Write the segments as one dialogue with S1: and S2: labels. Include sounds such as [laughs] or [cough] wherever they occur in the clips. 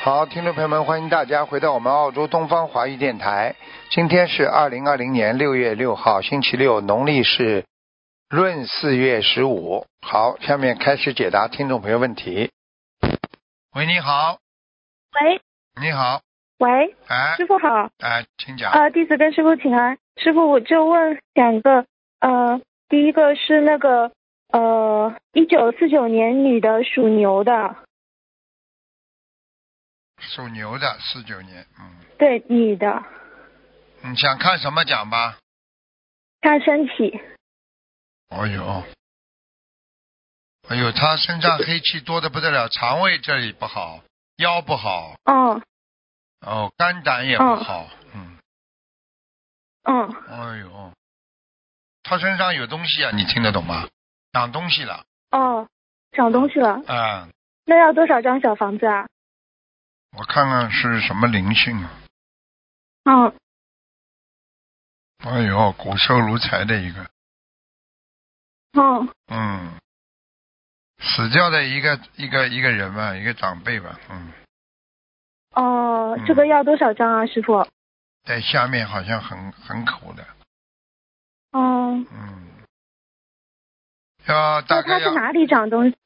S1: 好，听众朋友们，欢迎大家回到我们澳洲东方华语电台。今天是二零二零年六月六号，星期六，农历是闰四月十五。好，下面开始解答听众朋友问题。喂，你好，
S2: 喂
S1: 你好，
S2: 喂，
S1: 哎
S2: 师傅好，
S1: 哎，请讲。
S2: 呃，弟子跟师傅请安。师傅，我就问两个，呃，第一个是那个，呃，一九四九年女的属牛的，
S1: 属牛的，四九年，嗯，
S2: 对，女的，
S1: 你想看什么讲吧？
S2: 看身体，
S1: 哎呦，哎呦，他身上黑气多的不得了，肠胃这里不好，腰不好，
S2: 嗯
S1: 哦，肝胆也不
S2: 嗯
S1: 好，嗯，
S2: 嗯，
S1: 哎呦，他身上有东西啊，你听得懂吗？长东西了，
S2: 哦，长东西了，
S1: 啊、
S2: 那要多少张小房子啊？
S1: 我看看是什么灵性啊？
S2: 嗯
S1: 哎呦，骨瘦如柴的一个，
S2: 嗯
S1: 嗯，死掉的一个一个一个人吧，一个长辈吧，嗯，
S2: 哦、
S1: 嗯
S2: 这个要多少张啊，师傅？
S1: 在下面好像很很苦的，
S2: 嗯，
S1: 嗯，要大
S2: 那
S1: 概
S2: 他
S1: 要
S2: 是哪里长东西？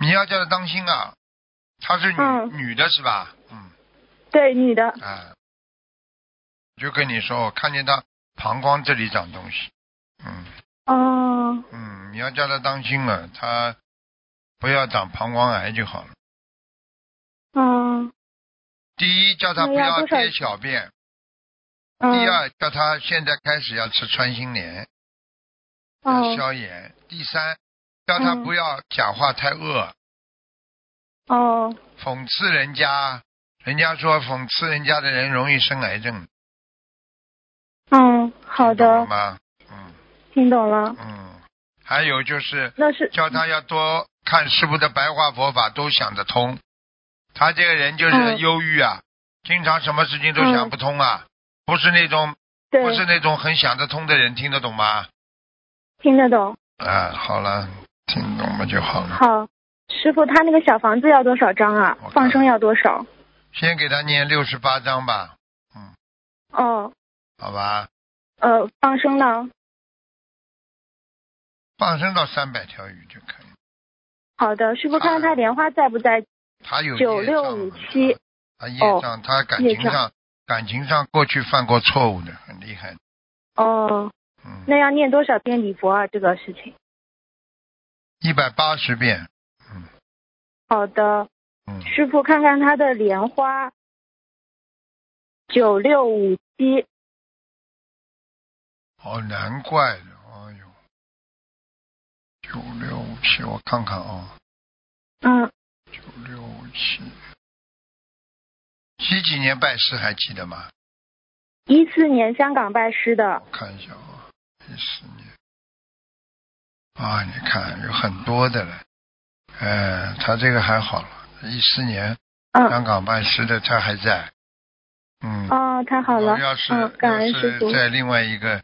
S1: 你要叫他当心啊，她是女、
S2: 嗯
S1: 女的是吧？嗯
S2: 对，女的，
S1: 啊，就跟你说，我看见她膀胱这里长东西，嗯
S2: 哦、
S1: 嗯，你要叫她当心了，她不要长膀胱癌就好了。
S2: 嗯
S1: 第一，叫她
S2: 那
S1: 不要
S2: 要多少
S1: 憋小便；第
S2: 嗯
S1: 二，叫她现在开始要吃穿心莲，要
S2: 哦
S1: 消炎；第三，叫她
S2: 嗯
S1: 不要讲话太饿。
S2: 哦
S1: 讽刺人家，人家说讽刺人家的人容易生癌症。
S2: 嗯，好
S1: 听懂
S2: 的
S1: 了。吗？嗯
S2: 听懂了，
S1: 嗯，还有就是
S2: 那是
S1: 叫他要多看师傅的白话佛法，都想得通。他这个人就是
S2: 嗯
S1: 忧郁啊，经常什么事情都想不通啊，不是那种
S2: 对
S1: 不是那种很想得通的人，听得懂吗？
S2: 听得懂。
S1: 啊，好了，听懂了就好了。
S2: 好，师傅，他那个小房子要多少张啊
S1: 我看？
S2: 放生要多少？
S1: 先给他念六十八章吧，
S2: 哦，
S1: 好吧？
S2: 呃，放生呢？
S1: 放生到三百条鱼就可以。
S2: 好的，师傅，看看他莲花在不在？
S1: 他有业障
S2: 9657
S1: 的他啊业障，他感情
S2: 哦业
S1: 上感情上过去犯过错误的，很厉害的。
S2: 哦，
S1: 嗯，
S2: 那要念多少遍礼佛啊？这个事情。
S1: 一百八十遍，
S2: 好的，
S1: 嗯，
S2: 师傅，看看他的莲花。九六五七，
S1: 哦，难怪的，哎呦，九六五七，我看看啊，
S2: 嗯，
S1: 九六五七，几几年拜师还记得吗？
S2: 一四年香港拜师的。
S1: 我看一下啊，一四年，啊，你看有很多的了，呃，他这个还好了，一四年。
S2: 嗯，
S1: 香港办事的他还在，嗯，
S2: 哦，太好了
S1: 我要是、，
S2: 嗯，感恩
S1: 要
S2: 师
S1: 是
S2: 傅。
S1: 在另外一个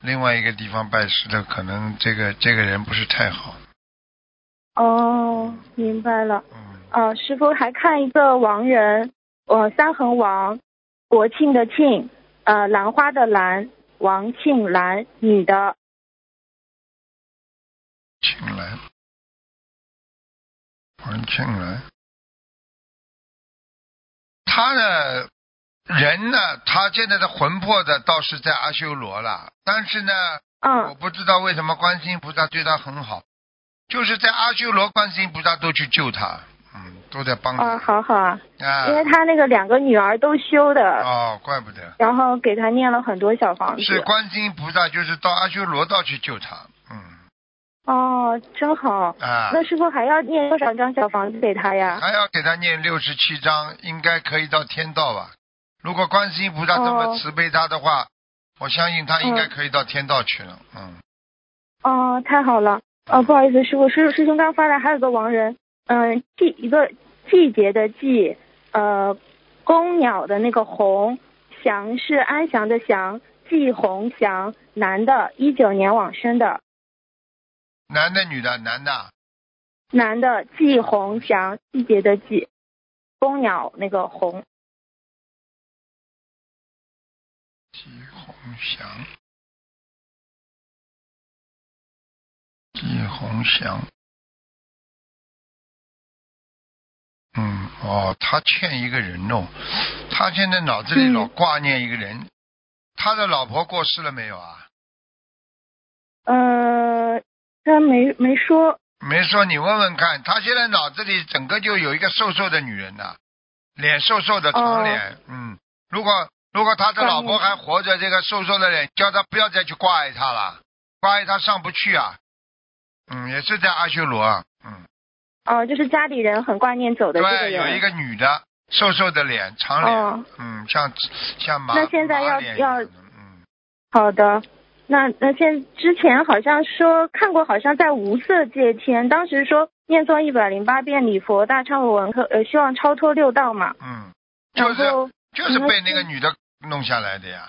S1: 另外一个地方办事的，可能这个这个人不是太好，
S2: 哦，明白了。
S1: 嗯，
S2: 呃，师傅还看一个王人，呃，三横王，国庆的庆，呃，兰花的兰，王庆兰，女的，
S1: 请来，王庆来，他的人呢，他现在的魂魄的倒是在阿修罗了，但是呢，我
S2: 嗯，
S1: 不知道为什么观世音菩萨对他很好，就是在阿修罗，观世音菩萨都去救他，嗯，都在帮
S2: 哦，
S1: 他。
S2: 好好啊，
S1: 啊
S2: 因为他那个两个女儿都修的，
S1: 哦，怪不得
S2: 然后给他念了很多小房
S1: 是
S2: 子，
S1: 观世音菩萨，就是到阿修罗道去救他。嗯
S2: 哦，真好。
S1: 啊，
S2: 那师傅还要念多少张小房子给他呀？
S1: 还要给他念六十七章，应该可以到天道吧？如果观世音菩萨这么
S2: 哦
S1: 慈悲他的话，我相信他应该可以到天道去了。嗯，
S2: 哦，太好了。哦，不好意思，师傅，师师兄刚发来还有个王人，嗯、季一个季节的季，呃，公鸟的那个红，祥是安详的祥，季红祥，男的，一九年往生的，
S1: 男的女的，男的，啊
S2: 男的季红祥，季节的季，
S3: 公鸟那个红，
S1: 姬红祥，姬红祥。嗯，哦，他欠一个人哦，他现在脑子里
S3: 嗯
S1: 老挂念一个人，他的老婆过世了没有啊？
S3: 呃，他没没说，
S1: 没说，你问问看，他现在脑子里整个就有一个瘦瘦的女人呐、脸瘦瘦的，长
S3: 哦
S1: 脸，嗯，如果如果他的老
S3: 长
S1: 婆还活着，这个瘦瘦的脸，叫他不要再去挂碍他了，挂碍他上不去啊，嗯，也是在阿修罗啊，嗯，
S3: 哦，就是家里人很挂念走的这个
S1: 对，有
S3: 人。
S1: 一个女的，瘦瘦的脸，长脸，
S3: 哦，
S1: 嗯，像像马
S3: 那现在
S1: 马
S3: 要
S1: 脸一
S3: 要
S1: 样的嗯，
S3: 好的。那那现之前好像说看过，好像在无色界天，当时说念诵一百零八遍礼佛大忏悔文和呃，希望超脱六道嘛。
S1: 嗯，就
S3: 然
S1: 是
S3: 后
S1: 就是
S3: 那
S1: 被那
S3: 是
S1: 个女的弄下来的呀。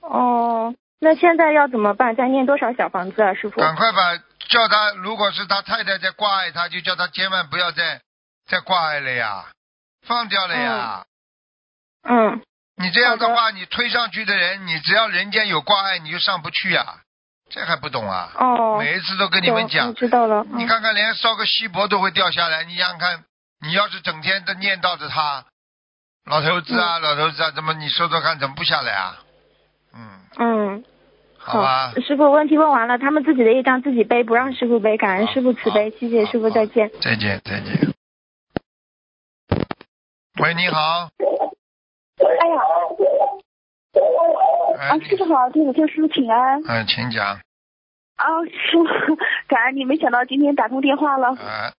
S3: 哦，那现在要怎么办？再念多少小房子啊，师傅？
S1: 赶快把叫他，如果是他太太在挂碍他，就叫他千万不要再再挂碍了呀，放掉了呀。
S3: 嗯，
S1: 你这样的话，你推上去的人，你只要人间有挂碍，你就上不去呀。这还不懂啊？
S3: 哦，
S1: 每一次都跟你们
S3: 懂我
S1: 讲，
S3: 知道了。
S1: 你
S3: 嗯
S1: 看看连烧个锡箔都会掉下来，你想想看，你要是整天都念叨着他，老头子
S3: 嗯
S1: 啊，老头子啊，怎么你说说看，怎么不下来啊？嗯，
S3: 嗯，
S1: 好吧，
S3: 师傅问题问完了，他们自己的业障自己背，不让师傅背，感恩
S1: 好
S3: 师傅慈悲
S1: 好，
S3: 谢谢
S1: 好
S3: 师傅，
S1: 好
S3: 再见。
S1: 再见，再见。喂，你好。
S2: 哎呀，
S1: 哎
S2: 啊，，师傅好，弟子向师傅请安。
S1: 嗯、哎请讲。
S2: 啊，师傅， [laughs] 感恩你，没想到今天打通电话了。
S1: 啊、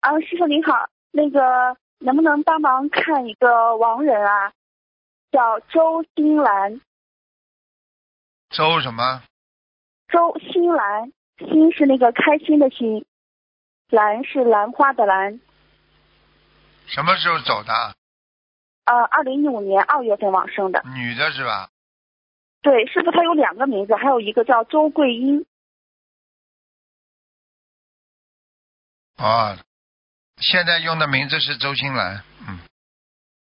S2: 啊，师傅您好，那个能不能帮忙看一个亡人啊？叫周新兰，
S1: 周什么？
S2: 周新兰，新是那个开心的心，兰是兰花的兰。
S1: 什么时候走的？
S2: 呃，二零一五年二月份往生的。
S1: 女的是吧？
S2: 对，师傅他有两个名字，还有一个叫周桂英。
S1: 哦，现在用的名字是周新兰。嗯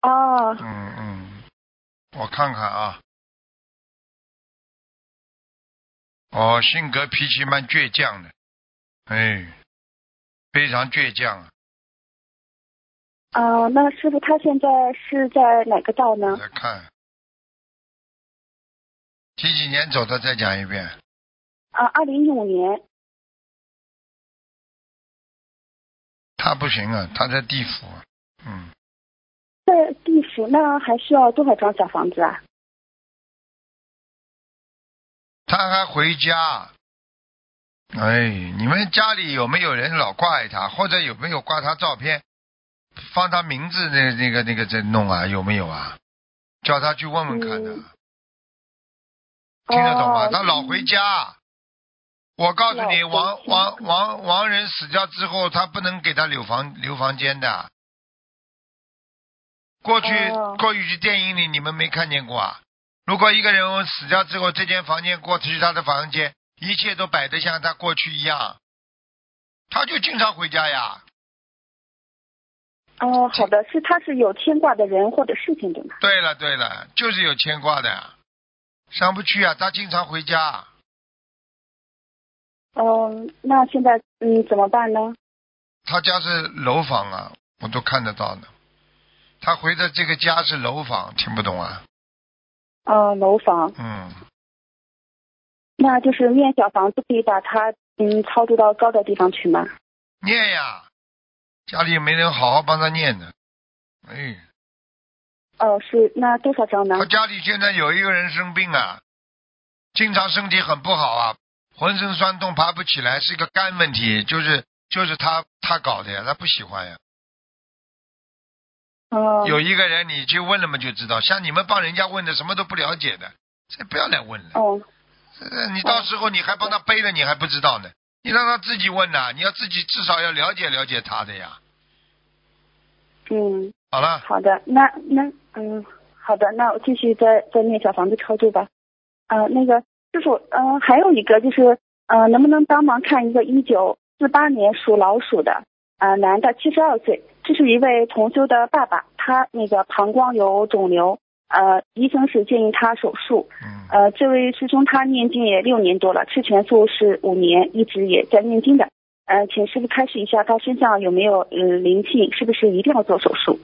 S2: 哦，
S1: 嗯嗯，我看看啊。哦，性格脾气蛮倔强的，哎，非常倔强啊。
S2: 呃，那师傅他现在是在哪个道呢
S1: 我？在看，几几年走的？再讲一遍。
S2: 啊，二零一五年。
S1: 他不行啊，他在地府啊。嗯，
S2: 在地府那还需要多少张小房子啊？
S1: 他还回家。哎，你们家里有没有人老挂碍他，或者有没有挂他照片，放他名字那那个那个在弄啊？有没有啊？叫他去问问看啊的，
S2: 嗯
S1: 听得懂吗？
S2: 哦
S1: 他老回家。我告诉你，
S2: 老回
S1: 王
S2: 家
S1: 王王王人死掉之后，他不能给他留房留房间的。过去、
S2: 哦
S1: 过去电影里你们没看见过啊？如果一个人死掉之后，这间房间过去是他的房间，一切都摆得像他过去一样，他就经常回家呀。
S2: 哦，好的，是他是有牵挂的人或者事情对吗？
S1: 对了对了，就是有牵挂的呀，上不去啊，他经常回家。
S2: 嗯，那现在嗯怎么办呢？
S1: 他家是楼房啊，我都看得到的。他回的这个家是楼房，听不懂啊？
S2: 呃，楼房，
S1: 嗯，
S2: 那就是念小房子可以把它嗯操作到高的地方去吗？
S1: 念呀，家里没人好好帮他念的。哎，
S2: 哦，是那多少张呢
S1: 他？家里现在有一个人生病啊，经常身体很不好啊，浑身酸痛，爬不起来，是一个肝问题，就是就是他他搞的呀，他不喜欢呀。
S2: 哦，
S1: 呃有一个人你去问了嘛就知道，像你们帮人家问的什么都不了解的，这不要来问了。
S2: 哦
S1: 呃，你到时候你还帮他背了，你还不知道呢。你让他自己问呐、你要自己至少要了解了解他的呀。
S2: 嗯，
S1: 好了，
S2: 好的，那那嗯好的，那我继续再再念小房子超度吧。呃，那个师傅，嗯、呃还有一个就是呃，能不能帮忙看一个一九四八年属老鼠的呃，男的，七十二岁，这是一位同修的爸爸，他那个膀胱有肿瘤，呃，医生是建议他手术。
S1: 嗯
S2: 呃，这位师兄他念经也六年多了，吃全素是五年，一直也在念经的。呃，请师傅开示一下，他身上有没有嗯、灵性，是不是一定要做手术？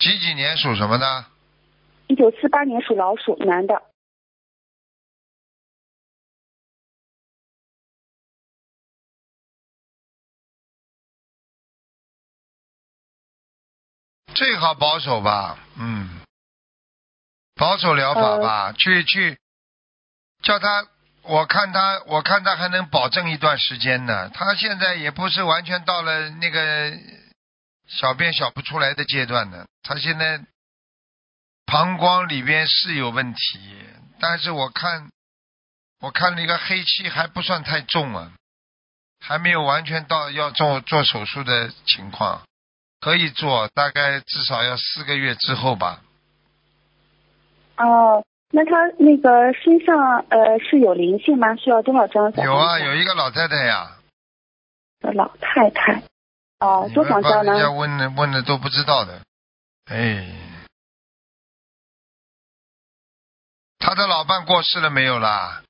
S1: 几几年属什么呢？
S2: 一九四八年属老鼠，男的，
S1: 最好保守吧，嗯，保守疗法吧，去去，叫他，我看他，我看他还能保证一段时间呢。他现在也不是完全到了那个小便小不出来的阶段呢，他现在膀胱里边是有问题，但是我看，我看那个黑气还不算太重啊，还没有完全到要做做手术的情况。可以做，大概至少要四个月之后吧。
S2: 哦，那他那个身上呃是有灵性吗？需要多少张小
S1: 有啊，
S2: 房子
S1: 有一个老太太呀、
S2: 老太太，哦，
S1: 你
S2: 多
S1: 们
S2: 少
S1: 帮
S2: 张
S1: 人家
S2: 呢？
S1: 问的问的都不知道的，哎，他的老伴过世了没有啦？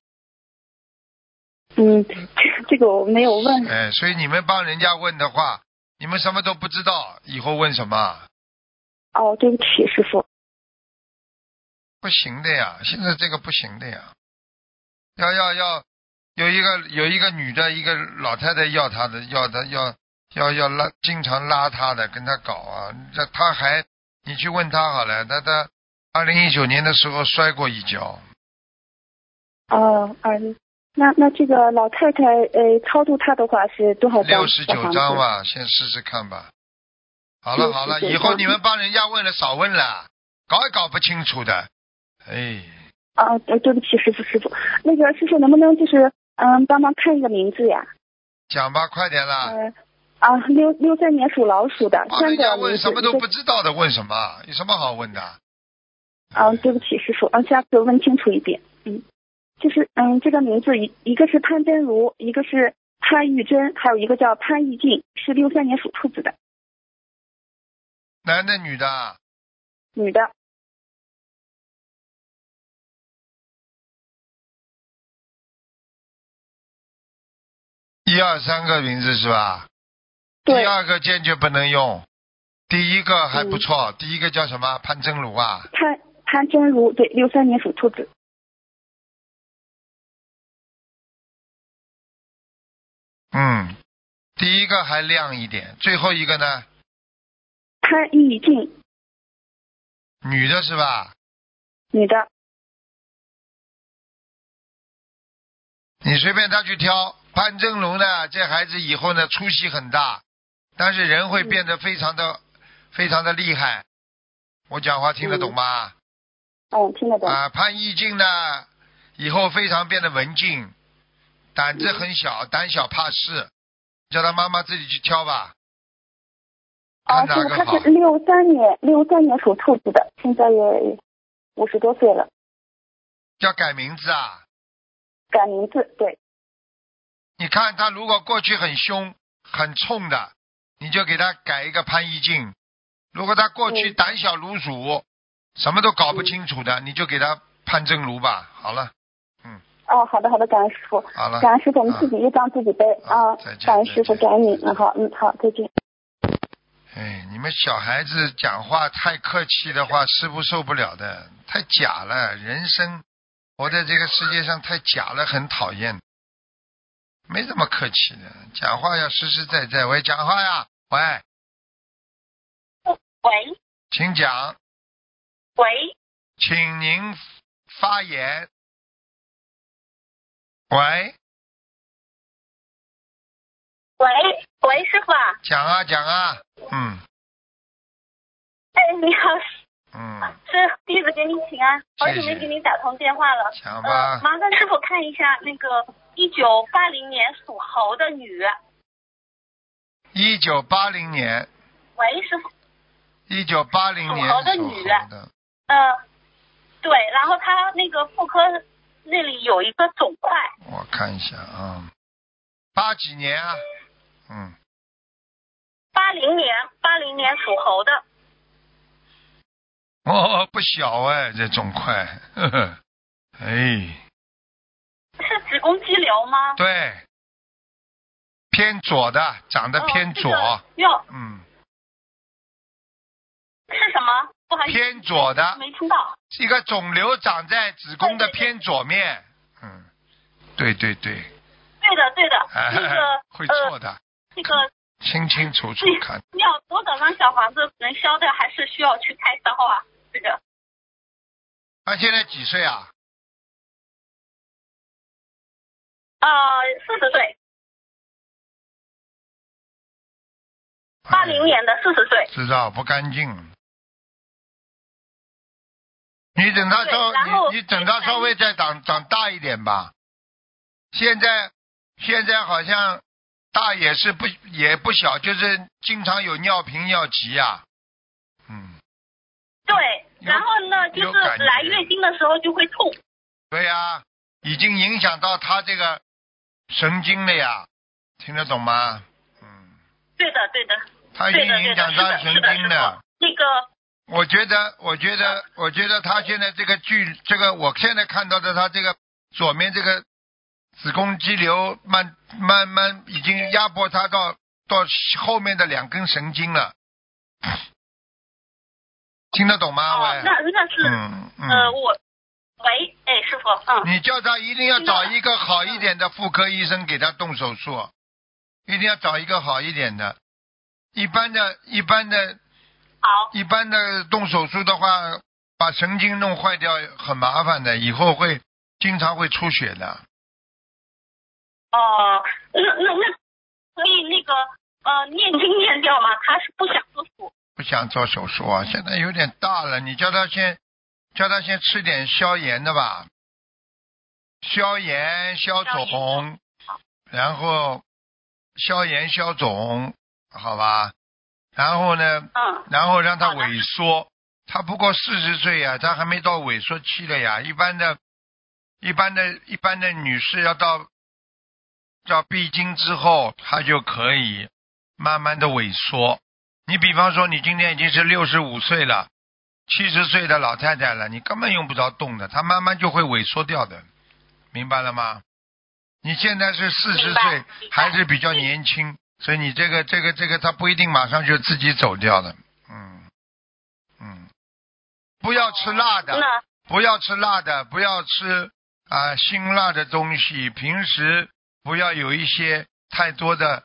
S2: 嗯， [laughs] 这个我没有问。
S1: 哎，所以你们帮人家问的话，你们什么都不知道，以后问什么？
S2: 哦，对不起，师傅。
S1: 不行的呀，现在这个不行的呀，要要要有一个有一个女的，一个老太太要她的，要她要要要拉，经常拉她的，跟她搞啊，这她还你去问她好了，她她二零一九年的时候摔过一跤，
S2: 哦，二零。那那这个老太太呃，超度她的话是多少张？
S1: 六十九章。吧，先试试看吧。好了好了，
S2: 69张
S1: 以后你们帮人家问了少问了，搞也搞不清楚的，哎，
S2: 啊、呃对不起，师傅，师傅，那个师傅能不能就是嗯，帮忙看一个名字呀？
S1: 讲吧，快点啦。
S2: 嗯、啊，六六三年属老鼠的，
S1: 帮
S2: 三
S1: 人家
S2: 个
S1: 问
S2: 名字。
S1: 什么
S2: 一
S1: 都
S2: 个
S1: 不知道的问什么？有什么好问的？
S2: 啊，对不起，师傅，啊，下次问清楚一点。嗯，就是嗯，这个名字一一个是潘真如，一个是潘玉珍，还有一个叫潘玉静，是六三年属兔子的
S1: 男的女的啊？
S2: 女的。
S1: 一二三个名字是吧？第
S2: 对，
S1: 二个坚决不能用，第一个还不错，
S2: 嗯
S1: 第一个叫什么？潘真如啊？
S2: 潘潘真如，对，六三年属兔子。
S1: 嗯，第一个还亮一点，最后一个呢？
S2: 潘玉静，
S1: 女的是吧？
S2: 女的。
S1: 你随便他去挑。潘正龙呢，这孩子以后呢出息很大，但是人
S2: 嗯
S1: 会变得非常的、非常的厉害。我讲话听得懂吗？
S2: 嗯，听得懂。
S1: 啊，潘义静呢，以后非常变得文静，胆子很小，胆小怕事，叫他妈妈自己去挑吧。
S2: 啊，
S1: 看哪
S2: 师傅，
S1: 个好
S2: 她是？嗯六三年，六三年属兔子的，现在也五十多岁了，
S1: 要改名字啊？
S2: 改名字，对，
S1: 你看他如果过去很凶、很冲的，你就给他改一个潘义静；如果他过去
S2: 嗯
S1: 胆小如鼠，什么都搞不清楚的，你就给他潘正如吧。好了，
S2: 哦，好的，好的，感恩师傅，
S1: 好了。
S2: 感恩师傅，我们自己一张自己背
S1: 啊
S2: 啊
S1: 再见，
S2: 感恩师傅，
S1: 再见
S2: 感恩你，
S1: 再见
S2: 嗯，好，嗯，好，再见。
S1: 哎，你们小孩子讲话太客气的话，师傅受不了的，太假了。人生活在这个世界上太假了，很讨厌。没这么客气的，讲话要实实在在。喂，讲话呀，喂，
S4: 喂
S1: 请讲，
S4: 喂
S1: 请您发言。喂，
S4: 喂喂，师傅啊，
S1: 讲啊讲啊，嗯
S4: 哎，你好，
S1: 嗯，
S4: 是弟子给您请安，好久
S1: 谢谢
S4: 没给您打通电话了。
S1: 讲
S4: 呃
S1: 吧，。
S4: 麻烦师傅看一下那个一九八零年属猴的女。
S1: 一九八零年，
S4: 喂，师傅，
S1: 一九八零年
S4: 属猴的
S1: 属
S4: 女
S1: 猴的，
S4: 呃，对，然后她那个妇科那里有一个肿块，
S1: 我看一下啊。八几年啊？嗯，
S4: 八零年，八零年属猴的，
S1: 哦，不小哎，这肿块， [laughs] 呵呵，哎，
S4: 是子宫肌瘤吗？
S1: 对，偏左的，长得
S4: 哦
S1: 偏左，
S4: 这个哟，
S1: 嗯，
S4: 是什么？不好意思，
S1: 偏左的，
S4: 没听到。
S1: 一个肿瘤长在子宫的偏左面，嗯，对对对，
S4: 对的，对的，
S1: 哎，
S4: 那个
S1: [laughs] 会
S4: 呃，
S1: 错的，
S4: 那个
S1: 清清楚楚
S4: 对 [laughs]
S1: 看，
S4: 要多少张小房子能消掉，还是需要去开刀啊？这个
S1: 他现在几岁啊？
S4: 呃，四十岁，八零
S1: 哎
S4: 年的四十岁，
S1: 知道不干净。你等他
S4: 对
S1: 稍
S4: 然后
S1: 你你等他稍微再长长大一点吧。现在现在好像大也是不也不小，就是经常有尿频尿急呀、嗯，
S4: 对，
S1: 有
S4: 然后呢，就
S1: 有
S4: 是
S1: 感觉
S4: 来月经的时候就会痛，
S1: 对呀、已经影响到他这个神经了呀，听得懂吗？嗯，
S4: 对的，对的，
S1: 他已经
S4: 对的，对
S1: 影
S4: 的，
S1: 响
S4: 是
S1: 他
S4: 的，
S1: 神
S4: 是的，
S1: 经
S4: 是
S1: 了
S4: 的。，那个
S1: 我觉得，我觉得，我觉得他现在这个距，这个我现在看到的他这个左面这个子宫肌瘤，慢慢慢已经压迫他到到后面的两根神经了，听得懂吗？
S4: 哦
S1: 啊喂，，
S4: 那那是
S1: 嗯
S4: 呃，
S1: 嗯，
S4: 我喂，哎，师傅，嗯，
S1: 你叫他一定要找一个好一点的妇科医生给他动手术，一定要找一个好一点的，一般的一般的
S4: 好，
S1: 一般的动手术的话，把神经弄坏掉很麻烦的，以后会经常会出血的。
S4: 哦，那那那，所以那个呃，念经念掉嘛，他是不想舒服，
S1: 不想做手术啊，现在有点大了，你叫他先叫他先吃点消炎的吧，消炎消
S4: 消
S1: 肿，然后消炎消肿，好吧？然后呢，
S4: 嗯，
S1: 然后让他
S4: 好的
S1: 萎缩。他不过四十岁呀、他还没到萎缩期了呀。一般的、一般的、一般的女士要到到闭经之后，她就可以慢慢的萎缩。你比方说，你今天已经是六十五岁了，七十岁的老太太了，你根本用不着动的，她慢慢就会萎缩掉的，明白了吗？你现在是四十
S4: 明白
S1: 岁
S4: 明白，
S1: 还是比较年轻，所以你这个这个这个，她不一定马上就自己走掉的。嗯嗯，不要吃辣的，
S4: 那
S1: 不要吃辣的，不要吃啊、辛辣的东西。平时不要有一些太多的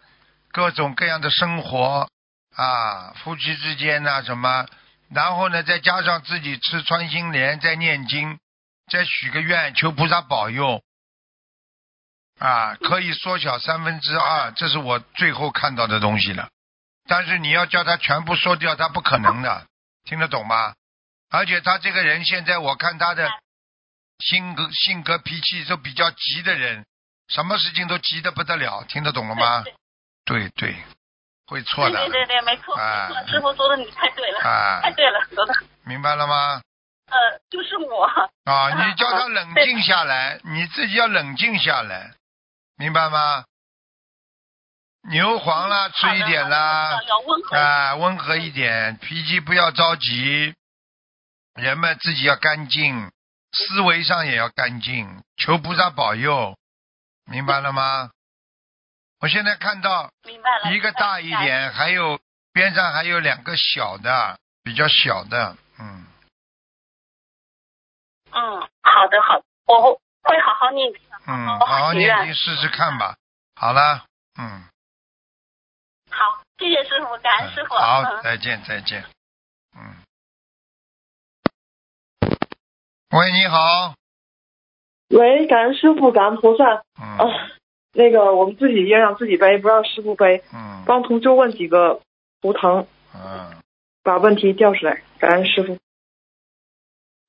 S1: 各种各样的生活啊，夫妻之间呐、什么，然后呢，再加上自己吃穿心莲，再念经，再许个愿，求菩萨保佑。啊，可以缩小三分之二，这是我最后看到的东西了。但是你要叫他全部缩掉，他不可能的，听得懂吗？而且他这个人现在，我看他的性格、性格、脾气都比较急的人，什么事情都急得不得了，听得懂了吗？
S4: 对
S1: 对对，会错
S4: 对
S1: 的
S4: 对对对，没错，
S1: 哎
S4: 没错，师傅说的你太对了，
S1: 啊
S4: 太，对了，说的，
S1: 明白了吗？
S4: 呃，就是我，
S1: 啊，
S4: 啊
S1: 你叫他冷静下来，你自己要冷静下来，明白吗？牛黄啦，吃一点
S4: 嗯好的
S1: 啦
S4: 好的，要温和，
S1: 啊，温和一点，脾气不要着急，人们自己要干净，思维上也要干净，求菩萨保佑，明白了吗？我现在看到
S4: 明白了，
S1: 一个大一
S4: 嗯明白了，
S1: 点，还有边上还有两个小的，比较小的，嗯，
S4: 嗯，好的好的，我会好好念经的，
S1: 嗯，
S4: 好
S1: 好好
S4: 许
S1: 念
S4: 愿
S1: 经试试看吧。好了，嗯，
S4: 好，谢谢师傅，感恩师傅，
S1: 好，
S4: [laughs] 嗯
S1: 再见，再见，嗯。喂，你好，
S5: 喂，感恩师傅，感恩菩萨。
S1: 嗯、
S5: 啊，
S4: 哦
S5: 那个我们自己业障自己背，不让师傅背。
S1: 嗯
S5: 帮同修问几个图腾，
S1: 嗯，
S5: 把问题调出来。感恩师傅。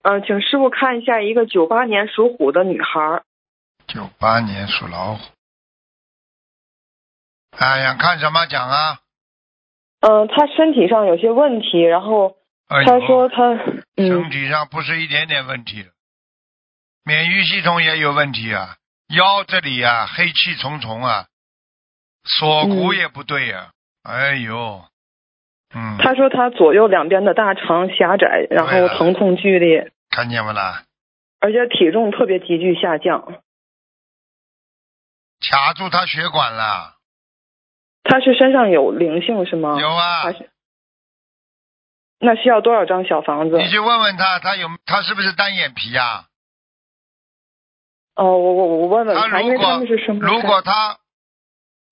S5: 嗯、请师傅看一下一个九八年属虎的女孩，
S1: 九八年属老虎。哎呀，看什么讲啊？
S5: 嗯、她身体上有些问题，然后
S1: 哎
S5: 她说
S1: 呦，
S5: 她，
S1: 身
S5: 嗯，
S1: 体上不是一点点问题，免疫系统也有问题啊，腰这里啊黑气重重啊，锁骨也不对呀、哎呦，嗯，
S5: 他说他左右两边的大肠狭窄，然
S1: 对
S5: 后
S1: 了
S5: 疼痛剧烈，
S1: 看见没啦？
S5: 而且体重特别急剧下降。
S1: 卡住他血管了，
S5: 他是身上有灵性是吗？
S1: 有啊
S5: 嗯还，是那需要多少张小房子？
S1: 你去问问他，他有他是不是单眼皮呀、啊
S5: 哦，我我我问问
S1: 他
S5: 他，因
S1: 如
S5: 为他
S1: 果
S5: 们是什么？
S1: 如果他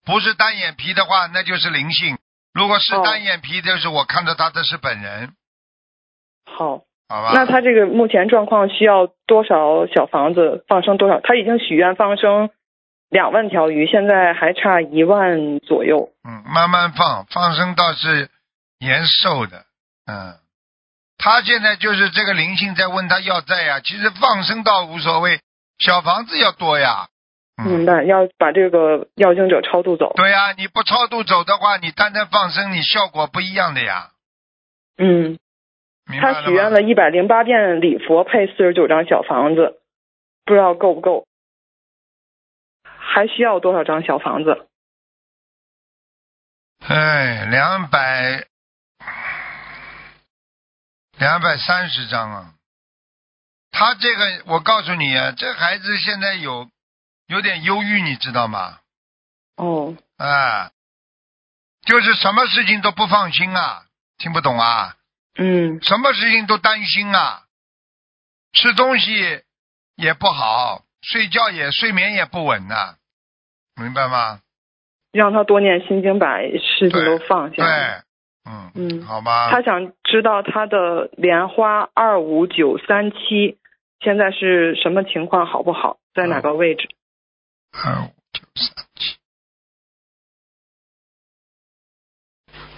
S1: 不是单眼皮的话，那就是灵性；如果是
S5: 哦
S1: 单眼皮，就是我看到他的是本人，
S5: 好，
S1: 好吧？
S5: 那他这个目前状况需要多少小房子放生多少？他已经许愿放生两万条鱼，现在还差一万左右。
S1: 嗯，慢慢放，放生倒是延寿的，嗯，他现在就是这个灵性在问他要债呀、其实放生倒无所谓，小房子要多呀，嗯
S5: 明白，要把这个要经者超度走。
S1: 对呀、你不超度走的话，你单单放生，你效果不一样的呀，
S5: 嗯，
S1: 明白
S5: 他
S1: 了
S5: 许愿
S1: 吗？
S5: 了一百零八遍礼佛配四十九张小房子，不知道够不够？还需要多少张小房子？
S1: 哎，两百两百三十张啊！他这个，我告诉你啊，这孩子现在有有点忧郁，你知道吗？
S5: 哦，
S1: 啊，就是什么事情都不放心啊，听不懂啊，
S5: 嗯
S1: 什么事情都担心啊，吃东西也不好，睡觉也睡眠也不稳呐、啊明白吗？，
S5: 让他多念心经，把事情都放
S1: 对
S5: 下。，
S1: 嗯，
S5: 嗯
S1: 好吧，
S5: 他想知道他的莲花二五九三七现在是什么情况，好不好？在
S1: 嗯
S5: 哪个位置？
S1: 二五九三七，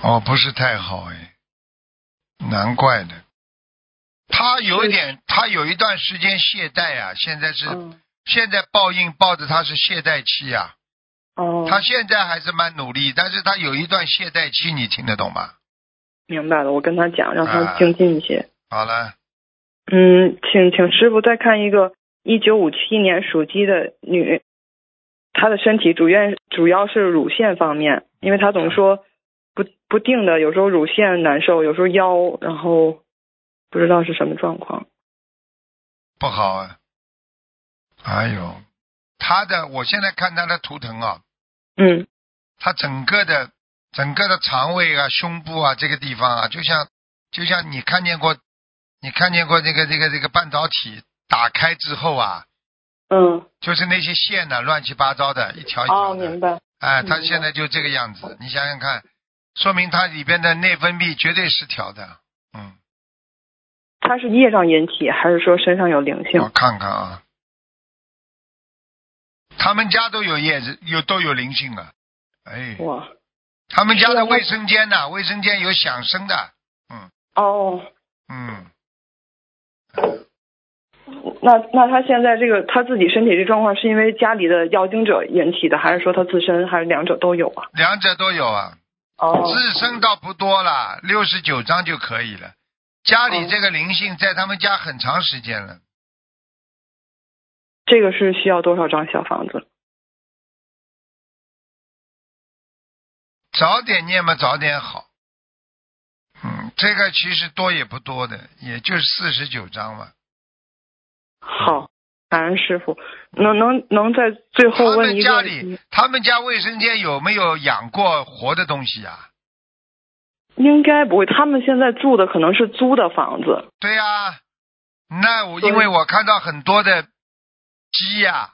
S1: 哦，不是太好哎，难怪的。他有一点，他有一段时间懈怠啊，现在是、
S5: 嗯，
S1: 现在报应报的他是懈怠期呀、
S5: 哦，
S1: 他现在还是蛮努力，但是他有一段懈怠期，你听得懂吗？
S5: 明白了，我跟他讲，让他
S1: 啊
S5: 精进一些。
S1: 好了，
S5: 嗯，请请师傅再看一个一九五七年属鸡的女，她的身体主愿主要是乳腺方面，因为她
S1: 嗯
S5: 总说不不定的，有时候乳腺难受，有时候腰，然后不知道是什么状况。
S1: 不好啊，哎呦，他的，我现在看他的图腾啊，
S5: 嗯，
S1: 他整个的整个的肠胃啊、胸部啊这个地方啊，就像就像你看见过，你看见过这个这个这个半导体打开之后啊，
S5: 嗯，
S1: 就是那些线呢、乱七八糟的，一条一
S5: 哦，
S1: 条的。
S5: 明白，
S1: 哎，
S5: 明
S1: 他
S5: 白
S1: 现在就这个样子，你想想看，说明他里边的内分泌绝对失调的。嗯，
S5: 她是业障引起，还是说身上有灵性
S1: 我？看看啊，他们家都有叶子，有都有灵性了。哎，
S5: 哇，
S1: 他们家
S5: 是
S1: 的
S5: 啊那
S1: 卫生间呐、卫生间有响声的。
S5: 哦，
S1: 嗯，
S5: 那那她现在这个她自己身体这状况，是因为家里的妖精者引起的，还是说她自身，还是两者都有啊？
S1: 两者都有啊，
S5: 哦，
S1: 自身倒不多了，六十九张就可以了。家里
S5: 哦
S1: 这个灵性在他们家很长时间了，
S5: 这个是需要多少张小房
S1: 嗯
S5: 子？
S1: 早点念嘛，早点好。嗯，这个其实多也不多的，也就是四十九章嘛。
S5: 好，感恩师傅，能能能在最
S1: 他
S5: 后问
S1: 们
S5: 一
S1: 家
S5: 个
S1: 里，他们家卫生间有没有养过活的东西啊？
S5: 应该不会，他们现在住的可能是租的房子。
S1: 对呀、那我
S5: 对
S1: 因为我看到很多的鸡呀、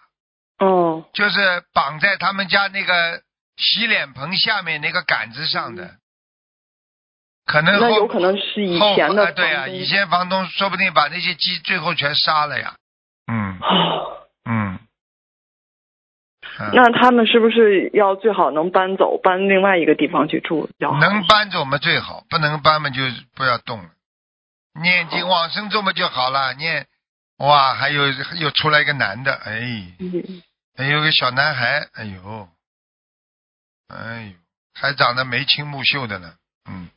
S5: 哦，
S1: 就是绑在他们家那个洗脸盆下面那个杆子上的，可能
S5: 嗯那
S1: 后
S5: 有可能是以
S1: 后
S5: 前的
S1: 啊对呀、
S5: 房东
S1: 以前房东说不定把那些鸡最后全杀了呀。嗯
S5: 哦
S1: 嗯。嗯
S5: 那他们是不是要最好能搬走，搬另外一个地方去住比较好？
S1: 嗯能搬走嘛最好，不能搬嘛就不要动了。念经往生咒嘛就好了，念哇，还有又出来一个男的，哎，
S5: 嗯
S1: 还有个小男孩，哎呦，哎呦，还长得眉清目秀的呢，嗯，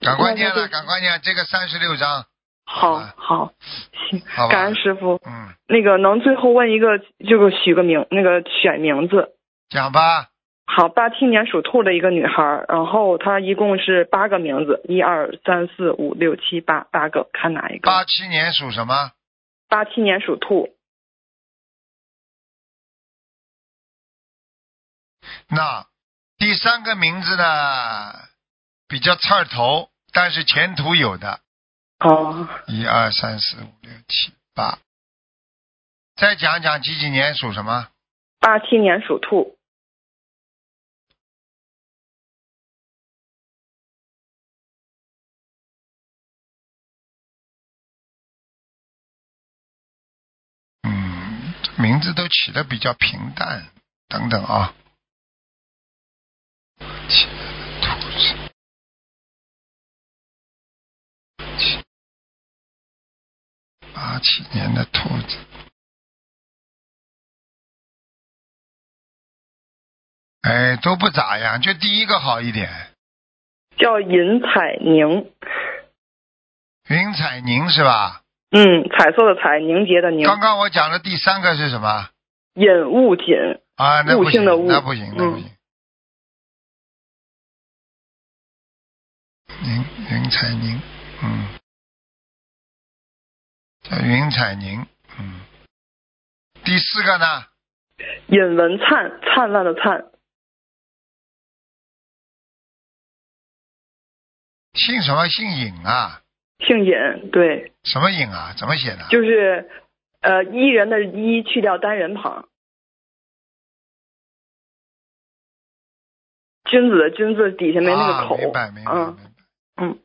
S1: 赶快念了，赶快念这个三十六章，
S5: 好
S1: 好吧
S5: 好，行，
S1: 好吧
S5: 感恩师傅。
S1: 嗯，
S5: 那个能最后问一个，就是许个名，那个选名字，
S1: 讲吧，
S5: 好，八七年属兔的一个女孩，然后她一共是八个名字，一二三四五六七八，八个，看哪一个？
S1: 八七年属什么？
S5: 八七年属兔，
S1: 那第三个名字呢，比较刺儿头，但是前途有的。
S5: 哦，
S1: 一二三四五六七八。再讲讲几几年属什么？
S5: 八七年属兔，
S1: 嗯，名字都起的比较平淡，等等啊。起兔子起八七年的兔子，哎，都不咋样，就第一个好一点。
S5: 叫尹彩宁，
S1: 云彩宁是吧？
S5: 嗯，彩色的彩，凝结的凝，
S1: 刚刚我讲的第三个是什么？
S5: 尹物锦，
S1: 啊，那不
S5: 悟性
S1: 行
S5: 的，悟嗯
S1: 那不行，那不行。宁云彩宁，嗯，叫云彩宁，嗯。第四个呢？
S5: 尹文灿，灿烂的灿，
S1: 姓什么？姓尹啊？
S5: 姓尹，对，
S1: 什么尹啊？怎么写的？
S5: 就是呃一人的一去掉单人旁，君子的君字底下没那个口，
S1: 啊、明白明白
S5: 嗯
S1: 明白。
S5: 嗯。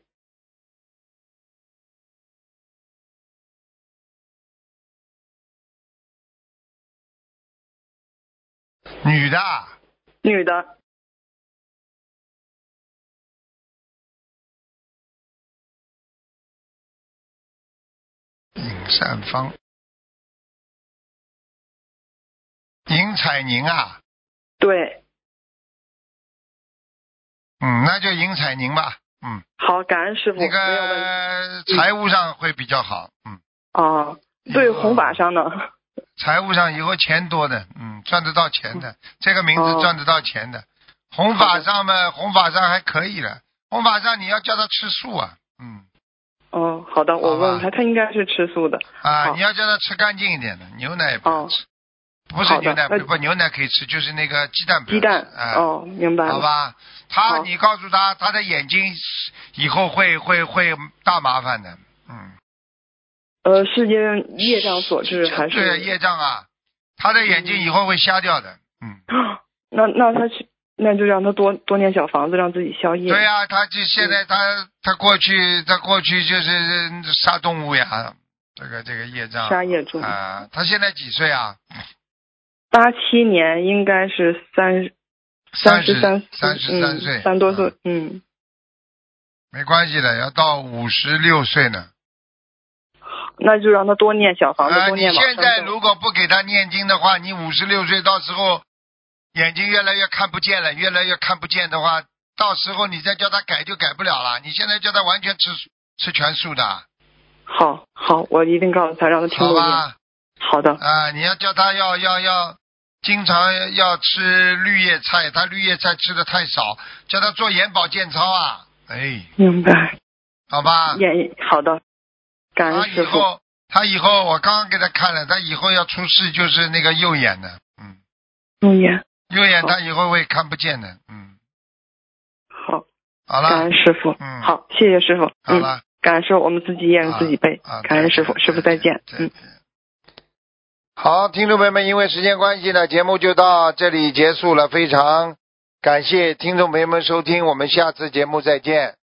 S1: 女的，
S5: 女的，
S1: 尹善芳，尹彩宁啊，
S5: 对，
S1: 嗯，那就尹彩宁吧，嗯，
S5: 好，感恩师傅，
S1: 那
S5: 没有问题
S1: 个财务上会比较好，嗯，
S5: 啊。对红法上呢，
S1: 财务上以后钱多的，嗯，赚得到钱的，这个名字
S5: 哦
S1: 赚得到钱的，红法上嘛，红法上还可以了，红法上你要叫他吃素啊，嗯，
S5: 哦，好的，我问问他，他应该是吃素的，
S1: 啊，
S5: 好
S1: 你要叫他吃干净一点的，牛奶也不要
S5: 哦
S1: 吃，不是
S5: 好的
S1: 牛奶不
S5: 那
S1: 不牛奶可以吃，就是那个鸡蛋不要吃
S5: 鸡蛋，
S1: 哎
S5: 哦，明白了，
S1: 好吧，他
S5: 好
S1: 你告诉他，他的眼睛以后会会会大麻烦的，嗯，
S5: 呃，是因为业障所致还是？
S1: 对业障啊，他的眼睛以后会瞎掉的，嗯，
S5: [gasps] 那那他去，那就让他多多念小房子，让自己消业。
S1: 对呀、他就现在他他过去他过去就是杀动物呀，这个这个业障
S5: 杀业重
S1: 啊，他现在几岁啊？
S5: 八七年应该是三
S1: 三
S5: 十三
S1: 三十三
S5: 嗯
S1: 岁，
S5: 三多岁
S1: 嗯，
S5: 嗯，
S1: 没关系的，要到五十六岁呢。
S5: 那就让他多念小房子，
S1: 啊，
S5: 多
S1: 你
S5: 念往
S1: 现
S5: 生咒
S1: 在如果不给他念经的话，你五十六岁到时候眼睛越来越看不见了，越来越看不见的话，到时候你再叫他改就改不了了。你现在叫他完全吃吃全素的，
S5: 好好，我一定告诉他，让他听
S1: 好
S5: 录音。
S1: 吧？
S5: 好的，
S1: 啊，你要叫他要要要经常要吃绿叶菜，他绿叶菜吃的太少，叫他做眼保健操啊。哎，
S5: 明白。
S1: 好吧？
S5: 演好的，感
S1: 他
S5: 恩
S1: 嗯以
S5: 师傅。
S1: 后他以后我刚刚给他看了，他以后要出事就是那个右眼的，嗯。
S5: 陆言
S1: 右眼
S5: 好
S1: 他以后会看不见的，嗯，
S5: 好，
S1: 好了
S5: 感恩，师傅。
S1: 嗯
S5: 好，谢谢师傅。
S1: 好
S5: 嗯，
S1: 了，
S5: 感恩师傅，我们自己验自己背
S1: 啊，。
S5: 感恩师傅，师傅再见。嗯。。
S1: 好，听众朋友们，因为时间关系呢，节目就到这里结束了。非常感谢听众朋友们收听，我们下次节目再见。